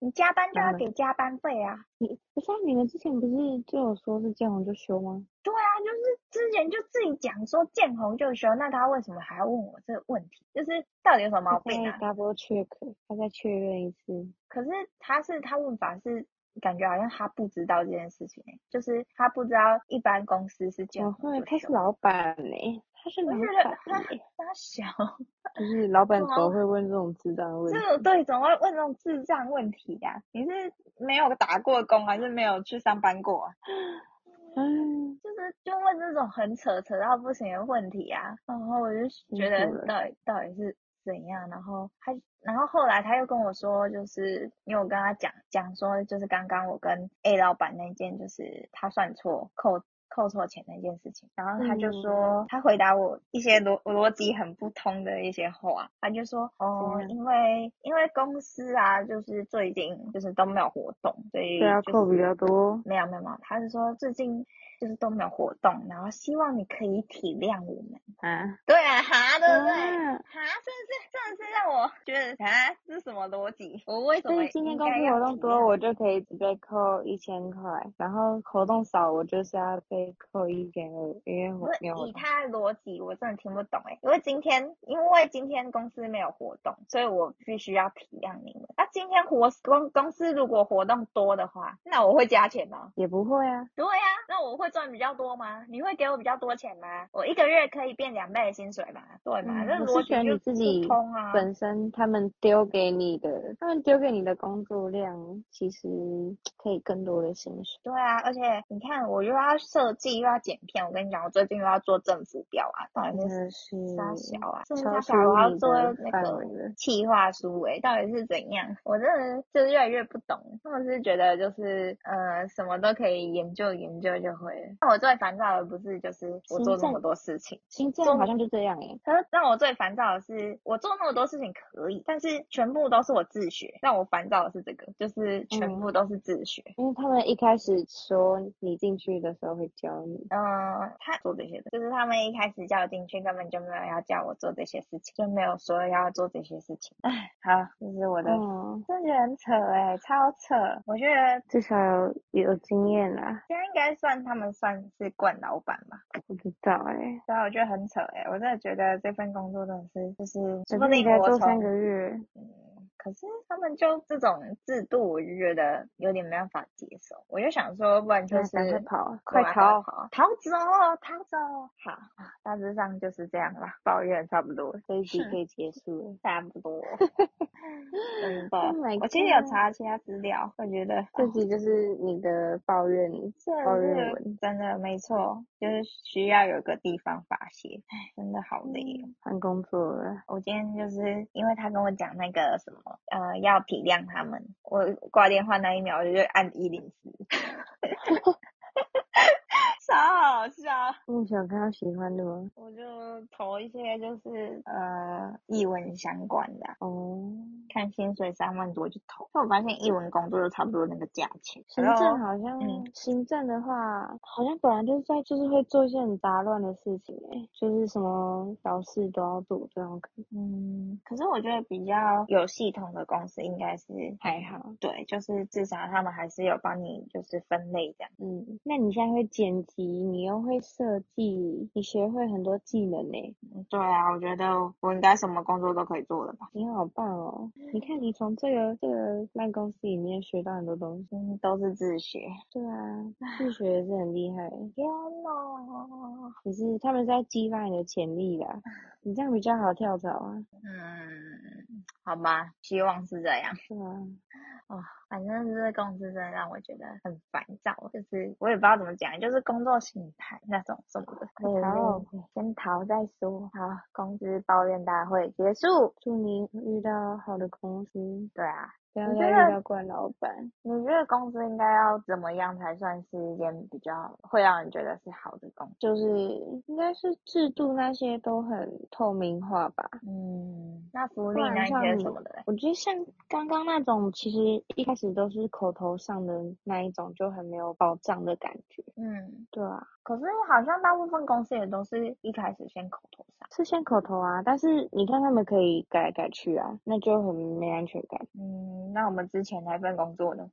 Speaker 1: 你加班就
Speaker 2: 然
Speaker 1: 要
Speaker 2: 后呢
Speaker 1: 给加班费啊。
Speaker 2: 你不是啊？你们之前不是就有说是见红就休吗？
Speaker 1: 对啊，就是之前就自己讲说见红就休，那他为什么还要问我这个问题？就是到底有什么毛
Speaker 2: 他再
Speaker 1: 病啊？
Speaker 2: double check，他再确认一次。
Speaker 1: 可是他是他问法是感觉好像他不知道这件事情、欸，就是他不知道一般公司是这
Speaker 2: 然
Speaker 1: 样。
Speaker 2: 后他是哦老板嘞，他是
Speaker 1: 我
Speaker 2: 老
Speaker 1: 就觉
Speaker 2: 板
Speaker 1: 得他
Speaker 2: 嘞，
Speaker 1: 他小，
Speaker 2: 就是老板怎
Speaker 1: 老
Speaker 2: 么会问这种智障的问
Speaker 1: 这
Speaker 2: 题？
Speaker 1: 种对怎么会问这种智障问题呀、你是没有打过工还是没有去上班过、啊？
Speaker 2: 嗯，
Speaker 1: 就是就问这种很扯扯到不行的问题啊，然后我就觉
Speaker 2: 辛
Speaker 1: 得
Speaker 2: 苦了
Speaker 1: 到底到底是怎样，然后他然后后来他又跟我说，就是因为我跟他讲讲说，就是刚刚我跟 A 老板那件，就是他算错扣扣错钱那件事情，然后他就说，
Speaker 2: 嗯
Speaker 1: 他回答我一些逻逻辑很不通的一些话，他就说，哦，
Speaker 2: 样
Speaker 1: 因为因为公司啊，就是最近就是都没有活动，所以
Speaker 2: 对啊，
Speaker 1: 就
Speaker 2: 扣比
Speaker 1: 是
Speaker 2: 较多。
Speaker 1: 没有没有没有，他是说最近就是都没有活动，然后希望你可以体谅我们。
Speaker 2: 啊，
Speaker 1: 对啊，哈，对不对？哈、
Speaker 2: 啊
Speaker 1: 真的是真的是让我觉得啊，这是什么逻辑？我为什
Speaker 2: 所
Speaker 1: 么
Speaker 2: 以今天
Speaker 1: 应
Speaker 2: 公
Speaker 1: 该
Speaker 2: 司
Speaker 1: 要
Speaker 2: 活动
Speaker 1: 体
Speaker 2: 多，
Speaker 1: 谅
Speaker 2: 我就可以直接扣一千块，然后活动少，我就是要被扣一点二，因为
Speaker 1: 不
Speaker 2: 我
Speaker 1: 是
Speaker 2: 没有活
Speaker 1: 以
Speaker 2: 动。
Speaker 1: 他的逻辑，我真的听不懂哎、因为今天，因为今天公司没有活动，所以我必须要体谅你们。那、今天活公公司如果活动多的话，那我会加钱哦吗？
Speaker 2: 也不会啊，
Speaker 1: 对呀、那我会赚比较多吗？你会给我比较多钱吗？我一个月可以变两倍的薪水吗？对吗？
Speaker 2: 嗯
Speaker 1: 那
Speaker 2: 我
Speaker 1: 逻
Speaker 2: 是觉
Speaker 1: 辑就
Speaker 2: 得你自
Speaker 1: 不
Speaker 2: 己
Speaker 1: 通啊。
Speaker 2: 本身他们丢给你的，他们丢给你的工作量，其实可以更多的薪水。
Speaker 1: 对啊，而且你看，我又要设计，又要剪片，我跟你讲，我最近又要做政府标啊，到底
Speaker 2: 真
Speaker 1: 是
Speaker 2: 的是
Speaker 1: 傻小啊，真的
Speaker 2: 嗯
Speaker 1: 傻
Speaker 2: 超出
Speaker 1: 小，我要
Speaker 2: 你
Speaker 1: 做
Speaker 2: 的
Speaker 1: 那
Speaker 2: 范
Speaker 1: 个
Speaker 2: 围了
Speaker 1: 企划书诶、到底是怎样？我真的就是越来越不懂，我是觉得就是呃，什么都可以研究研究就会了。那我最烦躁的不是就是我
Speaker 2: 行
Speaker 1: 做那么
Speaker 2: 政
Speaker 1: 多事情。
Speaker 2: 新建
Speaker 1: 中
Speaker 2: 好像就这样诶、
Speaker 1: 可是让我最烦躁的是，我做那么多事情可以，但是全部都是我自学。让我烦躁的是这个，就是全
Speaker 2: 嗯
Speaker 1: 部都是自学。
Speaker 2: 因为他们一开始说你进去的时候会教你，
Speaker 1: 嗯，他做这些的，就是他们一开始叫我进去，根本就没有要叫我做这些事情，就没有说要做这些事情。唉，好，这是我的，
Speaker 2: 嗯，
Speaker 1: 真的觉得很扯哎、超扯！我觉得
Speaker 2: 至少有有经验啦，
Speaker 1: 现在应该算他们算是惯老板吧，
Speaker 2: 不知道诶、
Speaker 1: 对啊，我觉得很扯哎、我真的觉得这份工作真的是就是说不
Speaker 2: 欸，可是你
Speaker 1: 定
Speaker 2: 才
Speaker 1: 我
Speaker 2: 做
Speaker 1: 从
Speaker 2: 三个月，
Speaker 1: 嗯，可是他们就这种制度，我就觉得有点没办法接受。我就想说，不然就
Speaker 2: 那
Speaker 1: 是
Speaker 2: 赶快跑，
Speaker 1: 对
Speaker 2: 快
Speaker 1: 啊逃
Speaker 2: 逃！
Speaker 1: 逃走，逃走。好，大致上就是这样啦，抱怨差不多，
Speaker 2: 这一集
Speaker 1: 哼
Speaker 2: 可以结束了。
Speaker 1: 差不 多。真的
Speaker 2: Oh my
Speaker 1: 我其实有
Speaker 2: god
Speaker 1: 查其他资料，我觉得
Speaker 2: 这集就是你的抱怨，
Speaker 1: 这
Speaker 2: 抱怨
Speaker 1: 是
Speaker 2: 文
Speaker 1: 真的没错，就是需要有个地方发泄，唉真的好累哦。
Speaker 2: 换工作了，
Speaker 1: 我今天就是因为他跟我讲那个什么，呃，要体谅他们。我挂电话那一秒，我就按一零四， 超好笑。
Speaker 2: 你有想看到喜欢的哦吗？
Speaker 1: 我就投一些就是呃译文相关的啊、
Speaker 2: 哦，
Speaker 1: 看薪水三万多就投。但我发现译文工作就差不多那个价钱。
Speaker 2: 行
Speaker 1: 然
Speaker 2: 政
Speaker 1: 后
Speaker 2: 好像，
Speaker 1: 嗯
Speaker 2: 行政的话，好像本来就是在就是会做一些很杂乱的事情、欸，就是什么小事都要做这种感觉。
Speaker 1: 嗯，可是我觉得比较有系统的公司应该是
Speaker 2: 还好
Speaker 1: 对，就是至少他们还是有帮你就是分类这样。
Speaker 2: 嗯，那你现在会剪辑，你又会设计，你学会很多技能呢、
Speaker 1: 嗯对啊，我觉得我应该什么工作都可以做的吧。
Speaker 2: 你好棒哦！你看，你从这个这个办公室里面学到很多东西。
Speaker 1: 嗯，都是自学。
Speaker 2: 对啊， 自学也是很厉害欸。
Speaker 1: 天呐，
Speaker 2: 可是他们在激发你的潜力 啦，你这样比较好跳槽 啊。
Speaker 1: 嗯，好吧，希望是这样。
Speaker 2: 对啊，
Speaker 1: 哦，反正这个公司真的让我觉得很烦躁，就是我也不知道怎么讲，就是工作形态那种什么的。
Speaker 2: 快逃
Speaker 1: 嗯先逃再说。好，公司抱怨大会结束。
Speaker 2: 祝你遇到好的公司，
Speaker 1: 对啊，
Speaker 2: 不要
Speaker 1: 你
Speaker 2: 再
Speaker 1: 觉得
Speaker 2: 遇到惯老板。
Speaker 1: 你觉得公司应该要怎么样才算是一间比较会让人觉得是好的公司？
Speaker 2: 就是应该是制度那些都很透明化吧。
Speaker 1: 嗯，那福利
Speaker 2: 不然
Speaker 1: 那
Speaker 2: 像
Speaker 1: 些
Speaker 2: 你
Speaker 1: 什么的嘞？
Speaker 2: 我觉得像刚刚那种，其实一开始都是口头上的那一种，就很没有保障的感觉。
Speaker 1: 嗯，
Speaker 2: 对啊，
Speaker 1: 可是好像大部分公司也都是一开始先口头上。
Speaker 2: 是先口头啊，但是你看他们可以改来改去啊，那就很没安全感。
Speaker 1: 嗯，那我们之前那份工作呢？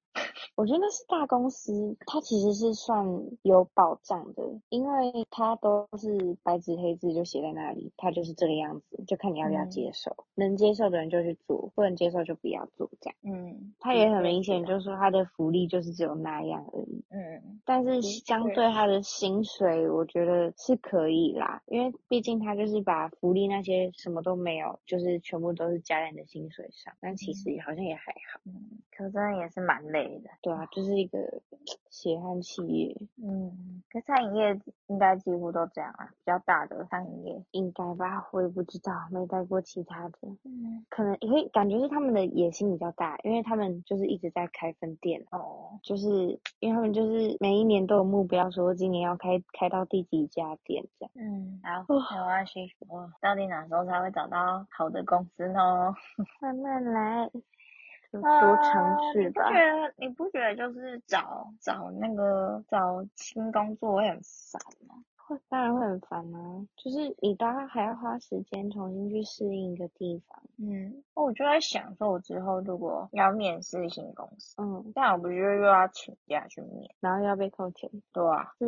Speaker 2: 我觉得是大公司，它其实是算有保障的，因为它都是白纸黑字就写在那里，它就是这个样子，就看你要不要
Speaker 1: 嗯
Speaker 2: 接受。能接受的人就去做，不能接受就不要做，这样。
Speaker 1: 嗯，
Speaker 2: 它
Speaker 1: 的
Speaker 2: 也很
Speaker 1: 确
Speaker 2: 明
Speaker 1: 是
Speaker 2: 显，
Speaker 1: 啊
Speaker 2: 就是说它的福利就是只有那样而已。
Speaker 1: 嗯
Speaker 2: 但是
Speaker 1: 的
Speaker 2: 相
Speaker 1: 确
Speaker 2: 对他的薪水，我觉得是可以啦，因为毕竟他就是把福利那些什么都没有，就是全部都是加在你的薪水上，但其实好像也还好。
Speaker 1: 嗯，可可真的也是蛮累的。
Speaker 2: 对啊，就是一个血汗企业，
Speaker 1: 嗯，可餐饮业应该几乎都这样啊，比较大的餐饮业。
Speaker 2: 应该吧？我也不知道，没待过其他的，
Speaker 1: 嗯，
Speaker 2: 可能因为感觉是他们的野心比较大，因为他们就是一直在开分店，啊
Speaker 1: 哦，
Speaker 2: 就是因为他们就是每一年都有目标，说今年要开开到第几家店这样。
Speaker 1: 嗯，好，没关系，我到底哪时候才会找到好的公司呢？
Speaker 2: 慢慢来，多
Speaker 1: 啊
Speaker 2: 多尝试吧
Speaker 1: 你不。觉得你不觉得就是找找那个找新工作会很烦吗？
Speaker 2: 会当然会很烦啊，就是你当然还要花时间重新去适应一个地方。
Speaker 1: 嗯，我就在想说，我之后如果要面试新公司，
Speaker 2: 嗯，
Speaker 1: 那我不就又要请假去面？
Speaker 2: 然后又要被扣钱，
Speaker 1: 对啊，
Speaker 2: 是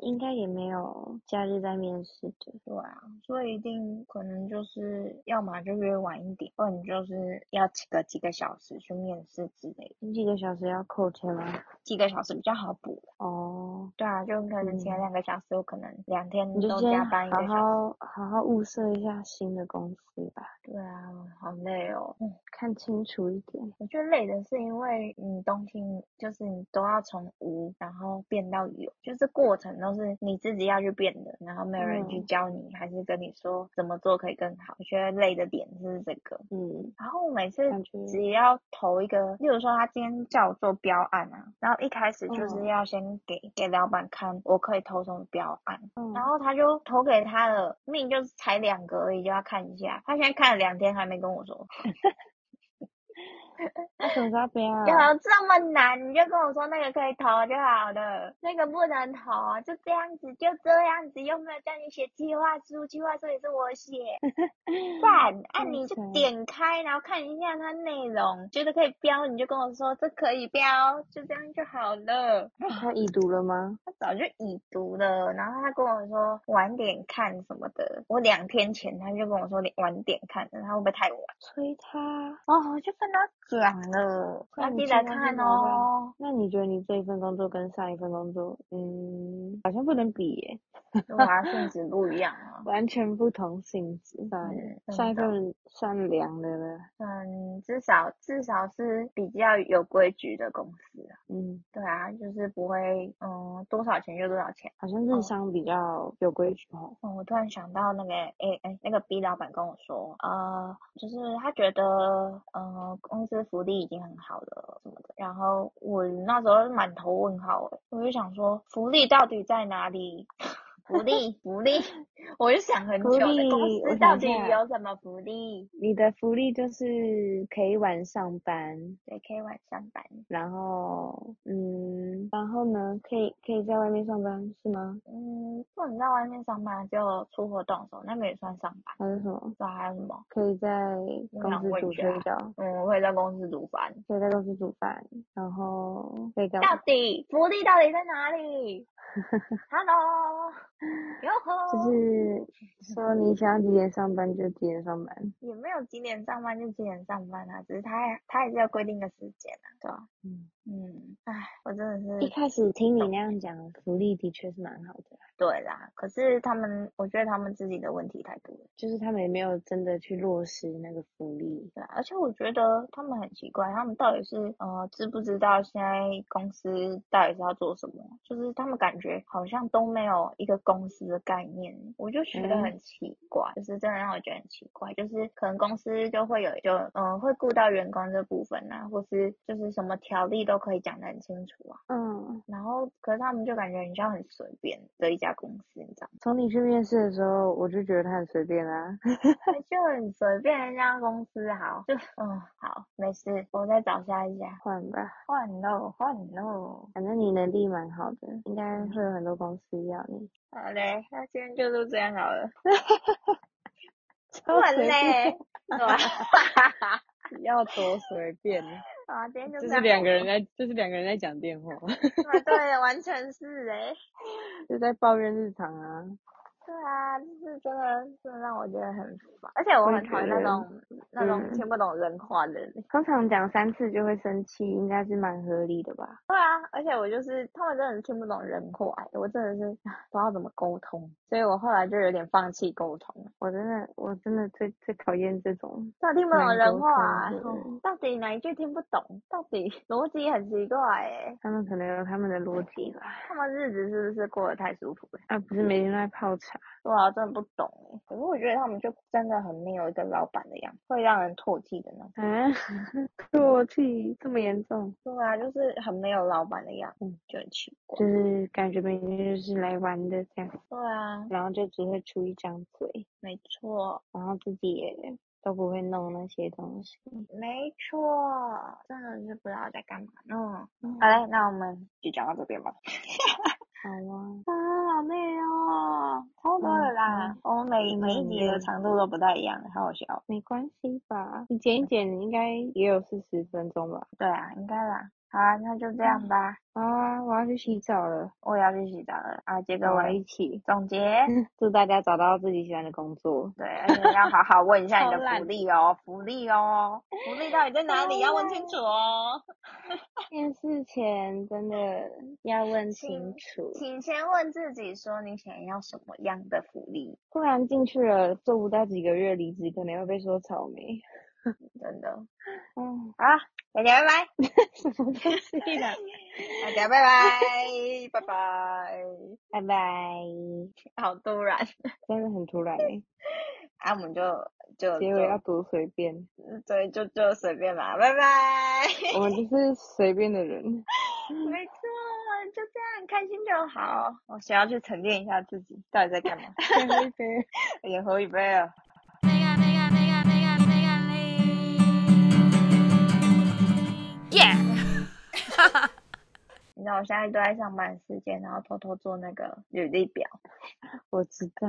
Speaker 2: 应该也没有假日在面试的。
Speaker 1: 对啊，所以一定可能就是要么就约晚一点，或者你就是要几个几个小时去面试之类的，
Speaker 2: 你几个小时要扣钱吗？
Speaker 1: 几个小时比较好补。
Speaker 2: 哦，
Speaker 1: 对啊，就可能前
Speaker 2: 嗯
Speaker 1: 两个小时，我可能两天
Speaker 2: 你就
Speaker 1: 都加
Speaker 2: 先
Speaker 1: 班一
Speaker 2: 好
Speaker 1: 个小时。
Speaker 2: 好好好物色一下新的公司吧，
Speaker 1: 对啊，好累哦。嗯
Speaker 2: 看清楚一点。
Speaker 1: 我觉得累的是因为你东西就是你都要从无然后变到有，就是过程都是你自己要去变的，然后没有人去
Speaker 2: 嗯
Speaker 1: 教你，还是跟你说怎么做可以更好。我觉得累的点是这个。
Speaker 2: 嗯，
Speaker 1: 然后我每次
Speaker 2: 感觉
Speaker 1: 只要投一个，例如说他今天叫我做标案啊，然后一开始就是
Speaker 2: 嗯
Speaker 1: 要先给、给老板看我可以投什么标案，
Speaker 2: 嗯
Speaker 1: 然后他就投给他了，命就是才两个而已，就要看一下。他现在看了两天还没跟我说，
Speaker 2: 那什么时候要不要
Speaker 1: 有
Speaker 2: 啊？
Speaker 1: 这么难？你就跟我说那个可以投就好了，那个不能投，就这样子，就这样子，又没有叫你写计划书，计划书也是我写。赞，啊，
Speaker 2: 真
Speaker 1: 你就
Speaker 2: 的
Speaker 1: 点开，然后看一下它内容，觉得可以标，你就跟我说这可以标，就这样就好了。
Speaker 2: 他已读了吗？
Speaker 1: 他早就已读了，然后他跟我说晚点看什么的，我两天前他就跟我说你晚点看，他会不会太晚？
Speaker 2: 催他。
Speaker 1: 哦，我就跟他讲了，
Speaker 2: 啊那
Speaker 1: 要
Speaker 2: 你
Speaker 1: 记得
Speaker 2: 现在是
Speaker 1: 看
Speaker 2: 怎么样
Speaker 1: 哦。
Speaker 2: 那你觉得你这一份工作跟上一份工作，嗯，好像不能比耶，
Speaker 1: 对啊，性质不一样啊。
Speaker 2: 完全不同性质。算了
Speaker 1: 嗯，
Speaker 2: 上一
Speaker 1: 真的
Speaker 2: 份算凉的了，
Speaker 1: 嗯，至少至少是比较有规矩的公司啊。
Speaker 2: 嗯，
Speaker 1: 对啊，就是不会，嗯，多少钱就多少钱。
Speaker 2: 好像
Speaker 1: 哦
Speaker 2: 日商比较有规矩哦。
Speaker 1: 哦，我突然想到那个，诶诶，那个 B 老板跟我说，呃，就是他觉得，呃，公司福利已经很好了什么的。然后我那时候是满头问号，诶，我就想说，福利到底在哪里？福利福 利，我就想很
Speaker 2: 福
Speaker 1: 久的，公
Speaker 2: 利我
Speaker 1: 司
Speaker 2: 想
Speaker 1: 到
Speaker 2: 一
Speaker 1: 底
Speaker 2: 下
Speaker 1: 有什么福利？
Speaker 2: 你的福利就是可以晚上班，
Speaker 1: 对，可以晚上班。
Speaker 2: 然后嗯，然后呢，可以可以在外面上班是吗？
Speaker 1: 嗯，不能在外面上班，就出活动的时候，那个也算上班。
Speaker 2: 还是什么？
Speaker 1: 对，还有什么？
Speaker 2: 可以在
Speaker 1: 我
Speaker 2: 公
Speaker 1: 想
Speaker 2: 司
Speaker 1: 问
Speaker 2: 煮
Speaker 1: 一下
Speaker 2: 水饺，
Speaker 1: 嗯，我会在公司读班。
Speaker 2: 可以在公司煮饭，然后可以干嘛
Speaker 1: 到？底福利到底在哪里？Hello，哟呵，
Speaker 2: 就是说你想要几点上班就几点上班。
Speaker 1: 也没有几点上班就几点上班啊，只是他也他也是有规定的时间啊，对啊，
Speaker 2: 嗯，
Speaker 1: 嗯，唉，我真的
Speaker 2: 一
Speaker 1: 是
Speaker 2: 开始听你那样讲，福利的确是蛮好的啦，
Speaker 1: 对啦，可是他们，我觉得他们自己的问题太多了，
Speaker 2: 就是他们也没有真的去落实那个福利。
Speaker 1: 对啊，而且我觉得他们很奇怪，他们到底是呃知不知道现在公司到底是要做什么？就是他们感觉好像都没有一个公司的概念，我就觉得
Speaker 2: 嗯
Speaker 1: 很奇怪，就是真的让我觉得很奇怪，就是可能公司就会有就嗯、呃会顾到员工这部分啊，或是就是什么条例都可以讲得很清楚啊，
Speaker 2: 嗯，
Speaker 1: 然后可是他们就感觉很像很随便的一家公司，你知道吗？
Speaker 2: 从你去面试的时候，我就觉得他很随便啊。
Speaker 1: 哎就很随便人家公司好，就嗯好没事，我再找下一家。
Speaker 2: 换吧，
Speaker 1: 换喽，换喽。
Speaker 2: 反正你能力蛮好的，应该会有很多公司要你。
Speaker 1: 好嘞，那今天就录这样好了。
Speaker 2: 超
Speaker 1: 换
Speaker 2: 随便，
Speaker 1: 嘞，对吧？
Speaker 2: 要多随便？
Speaker 1: 好 啊，今天就
Speaker 4: 这
Speaker 1: 这
Speaker 4: 是
Speaker 1: 样。
Speaker 4: 两个 人在，这是两个人在讲 电话。
Speaker 1: 啊，对，完全是哎、
Speaker 2: 就在抱怨日常啊。
Speaker 1: 对啊，就是真的，真的让我觉得很烦，而且我
Speaker 2: 我也
Speaker 1: 很讨厌
Speaker 2: 觉
Speaker 1: 那
Speaker 2: 得
Speaker 1: 种那种
Speaker 2: 嗯
Speaker 1: 听不懂人话的人。
Speaker 2: 通常讲三次就会生气，应该是蛮合理的吧？
Speaker 1: 对啊，而且我就是他们真的听不懂人话，我真的是唉不知道怎么沟通，所以我后来就有点放弃沟通了。
Speaker 2: 我真的，我真的最最讨厌这种
Speaker 1: 到底听不懂
Speaker 2: 难
Speaker 1: 人
Speaker 2: 沟
Speaker 1: 话
Speaker 2: 通的
Speaker 1: 哦
Speaker 2: 人
Speaker 1: 到底哪一句听不懂？到底逻辑很奇怪哎，
Speaker 2: 他们可能有他们的逻辑吧，
Speaker 1: 他们日子是不是过得太舒服了？
Speaker 2: 啊，不是每天都在泡茶，
Speaker 1: 对啊，真的不懂哎。可是我觉得他们就真的很没有一个老板的样子，会让人唾弃的那种。
Speaker 2: 啊，唾弃 这么严重，
Speaker 1: 对啊，就是很没有老板的样子，就很奇怪。
Speaker 2: 就是感觉每天就是来玩的这样，
Speaker 1: 对啊，
Speaker 2: 然后就只会出一张嘴，
Speaker 1: 没错，
Speaker 2: 然后自己也都不会弄那些东西。
Speaker 1: 没错，真的是不知道在干嘛呢。好嘞，那我们就讲到这边吧。啊，
Speaker 2: 好啊，
Speaker 1: 好累哦，超多了啦。我们每
Speaker 2: 真的
Speaker 1: 每一
Speaker 2: 很
Speaker 1: 集的
Speaker 2: 累
Speaker 1: 长度都不太一样，好好笑。哦
Speaker 2: 没关系吧？你剪一剪应该也有四十分钟吧？
Speaker 1: 对啊，应该啦。好啊，那就这样吧。
Speaker 2: 好啊，我要去洗澡了，
Speaker 1: 我也要去洗澡了啊，结
Speaker 2: 跟
Speaker 1: 个
Speaker 2: 我
Speaker 1: 尾
Speaker 2: 一起。
Speaker 1: 总结。
Speaker 2: 祝大家找到自己喜欢的工作。
Speaker 1: 对，而且要好好问一下你
Speaker 4: 超
Speaker 1: 的
Speaker 4: 烂
Speaker 1: 福利哦，福利哦，福利到底在哪里？要问清楚哦。
Speaker 2: 面试前真的要问
Speaker 1: 请
Speaker 2: 清楚，
Speaker 1: 请先问自己说你想要什么样的福利，
Speaker 2: 不然进去了做不到几个月离职，可能会被说草莓。
Speaker 1: 真的。
Speaker 2: 嗯，
Speaker 1: 好啦，大家拜拜，
Speaker 2: 什么东西啊 啦？
Speaker 1: 大家拜拜，拜拜。
Speaker 2: 拜拜，
Speaker 1: 好突然，
Speaker 2: 真的很突然欸，
Speaker 1: 啊，我们就就
Speaker 2: 结
Speaker 1: 就
Speaker 2: 尾要多随便，
Speaker 1: 对，就就随便啦，拜拜。
Speaker 2: 我们就是随便的人。
Speaker 1: 哦没错，就这样，开心就好。我想要去沉淀一下自己，到底在干嘛？
Speaker 2: 再喝一杯。
Speaker 1: 也喝一杯啊。
Speaker 3: Yeah!
Speaker 1: 你知道我现在都在上班时间，然后偷偷做那个履历表。
Speaker 2: 我知道，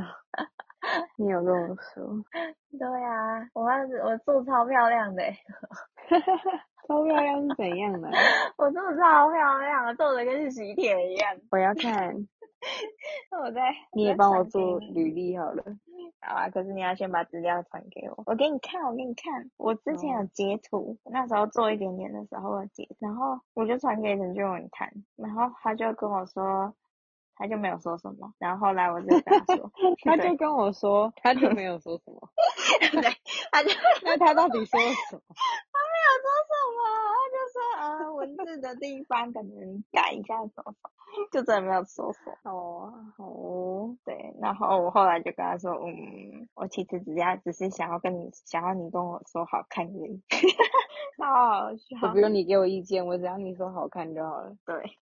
Speaker 2: 你有跟我说，
Speaker 1: 对呀、啊，我要是我做超漂亮的欸、
Speaker 2: 超漂亮是怎样的啊？
Speaker 1: 我做的超漂亮的，做的跟喜帖一样。
Speaker 2: 我要看，
Speaker 1: 我在
Speaker 2: 你也帮我做履历好了。
Speaker 1: 好啊，可是你要先把资料传给我，我给你看，我给你看，我之前有截图，那时候做一点点的时候有截，然后我就传给陈俊文看，然后他就跟我说，他就没有说什么，然后后来我就跟 他说，
Speaker 2: 他
Speaker 1: 对
Speaker 2: 就跟我说，
Speaker 4: 他就没有说什 么。
Speaker 1: 对，他就
Speaker 2: 那他到底说了什么？
Speaker 1: 他说什么？他就说，呃，文字的地方可能改一下什么，就真的没有说什么。
Speaker 2: 哦， 好哦，
Speaker 1: 对，然后我后来就跟他说，嗯，我其实只要只是想要跟你，想要你跟我说好看而已，超好
Speaker 2: 我
Speaker 1: 笑
Speaker 2: 不。用你给我意见，我只要你说好看就好了。
Speaker 1: 对，